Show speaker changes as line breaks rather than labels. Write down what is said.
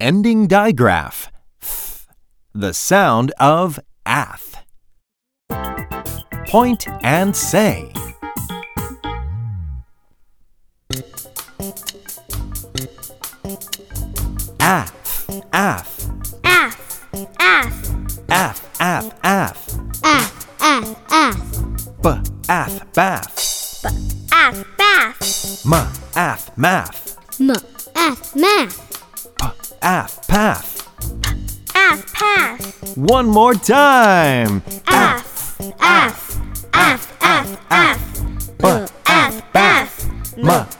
Ending digraph. Th, the sound of ath. Point and say. Ath, ath,
Ath, ath,
ath, ath, ath.
ath, ath, ath.
B, ath, bath.
Ath, bath.
M, ath, math.
M, ath, math.
P, ath, path.
Ath, path.
One more time.
Ath, ath, ath, ath, ath.
B, ath, bath. M,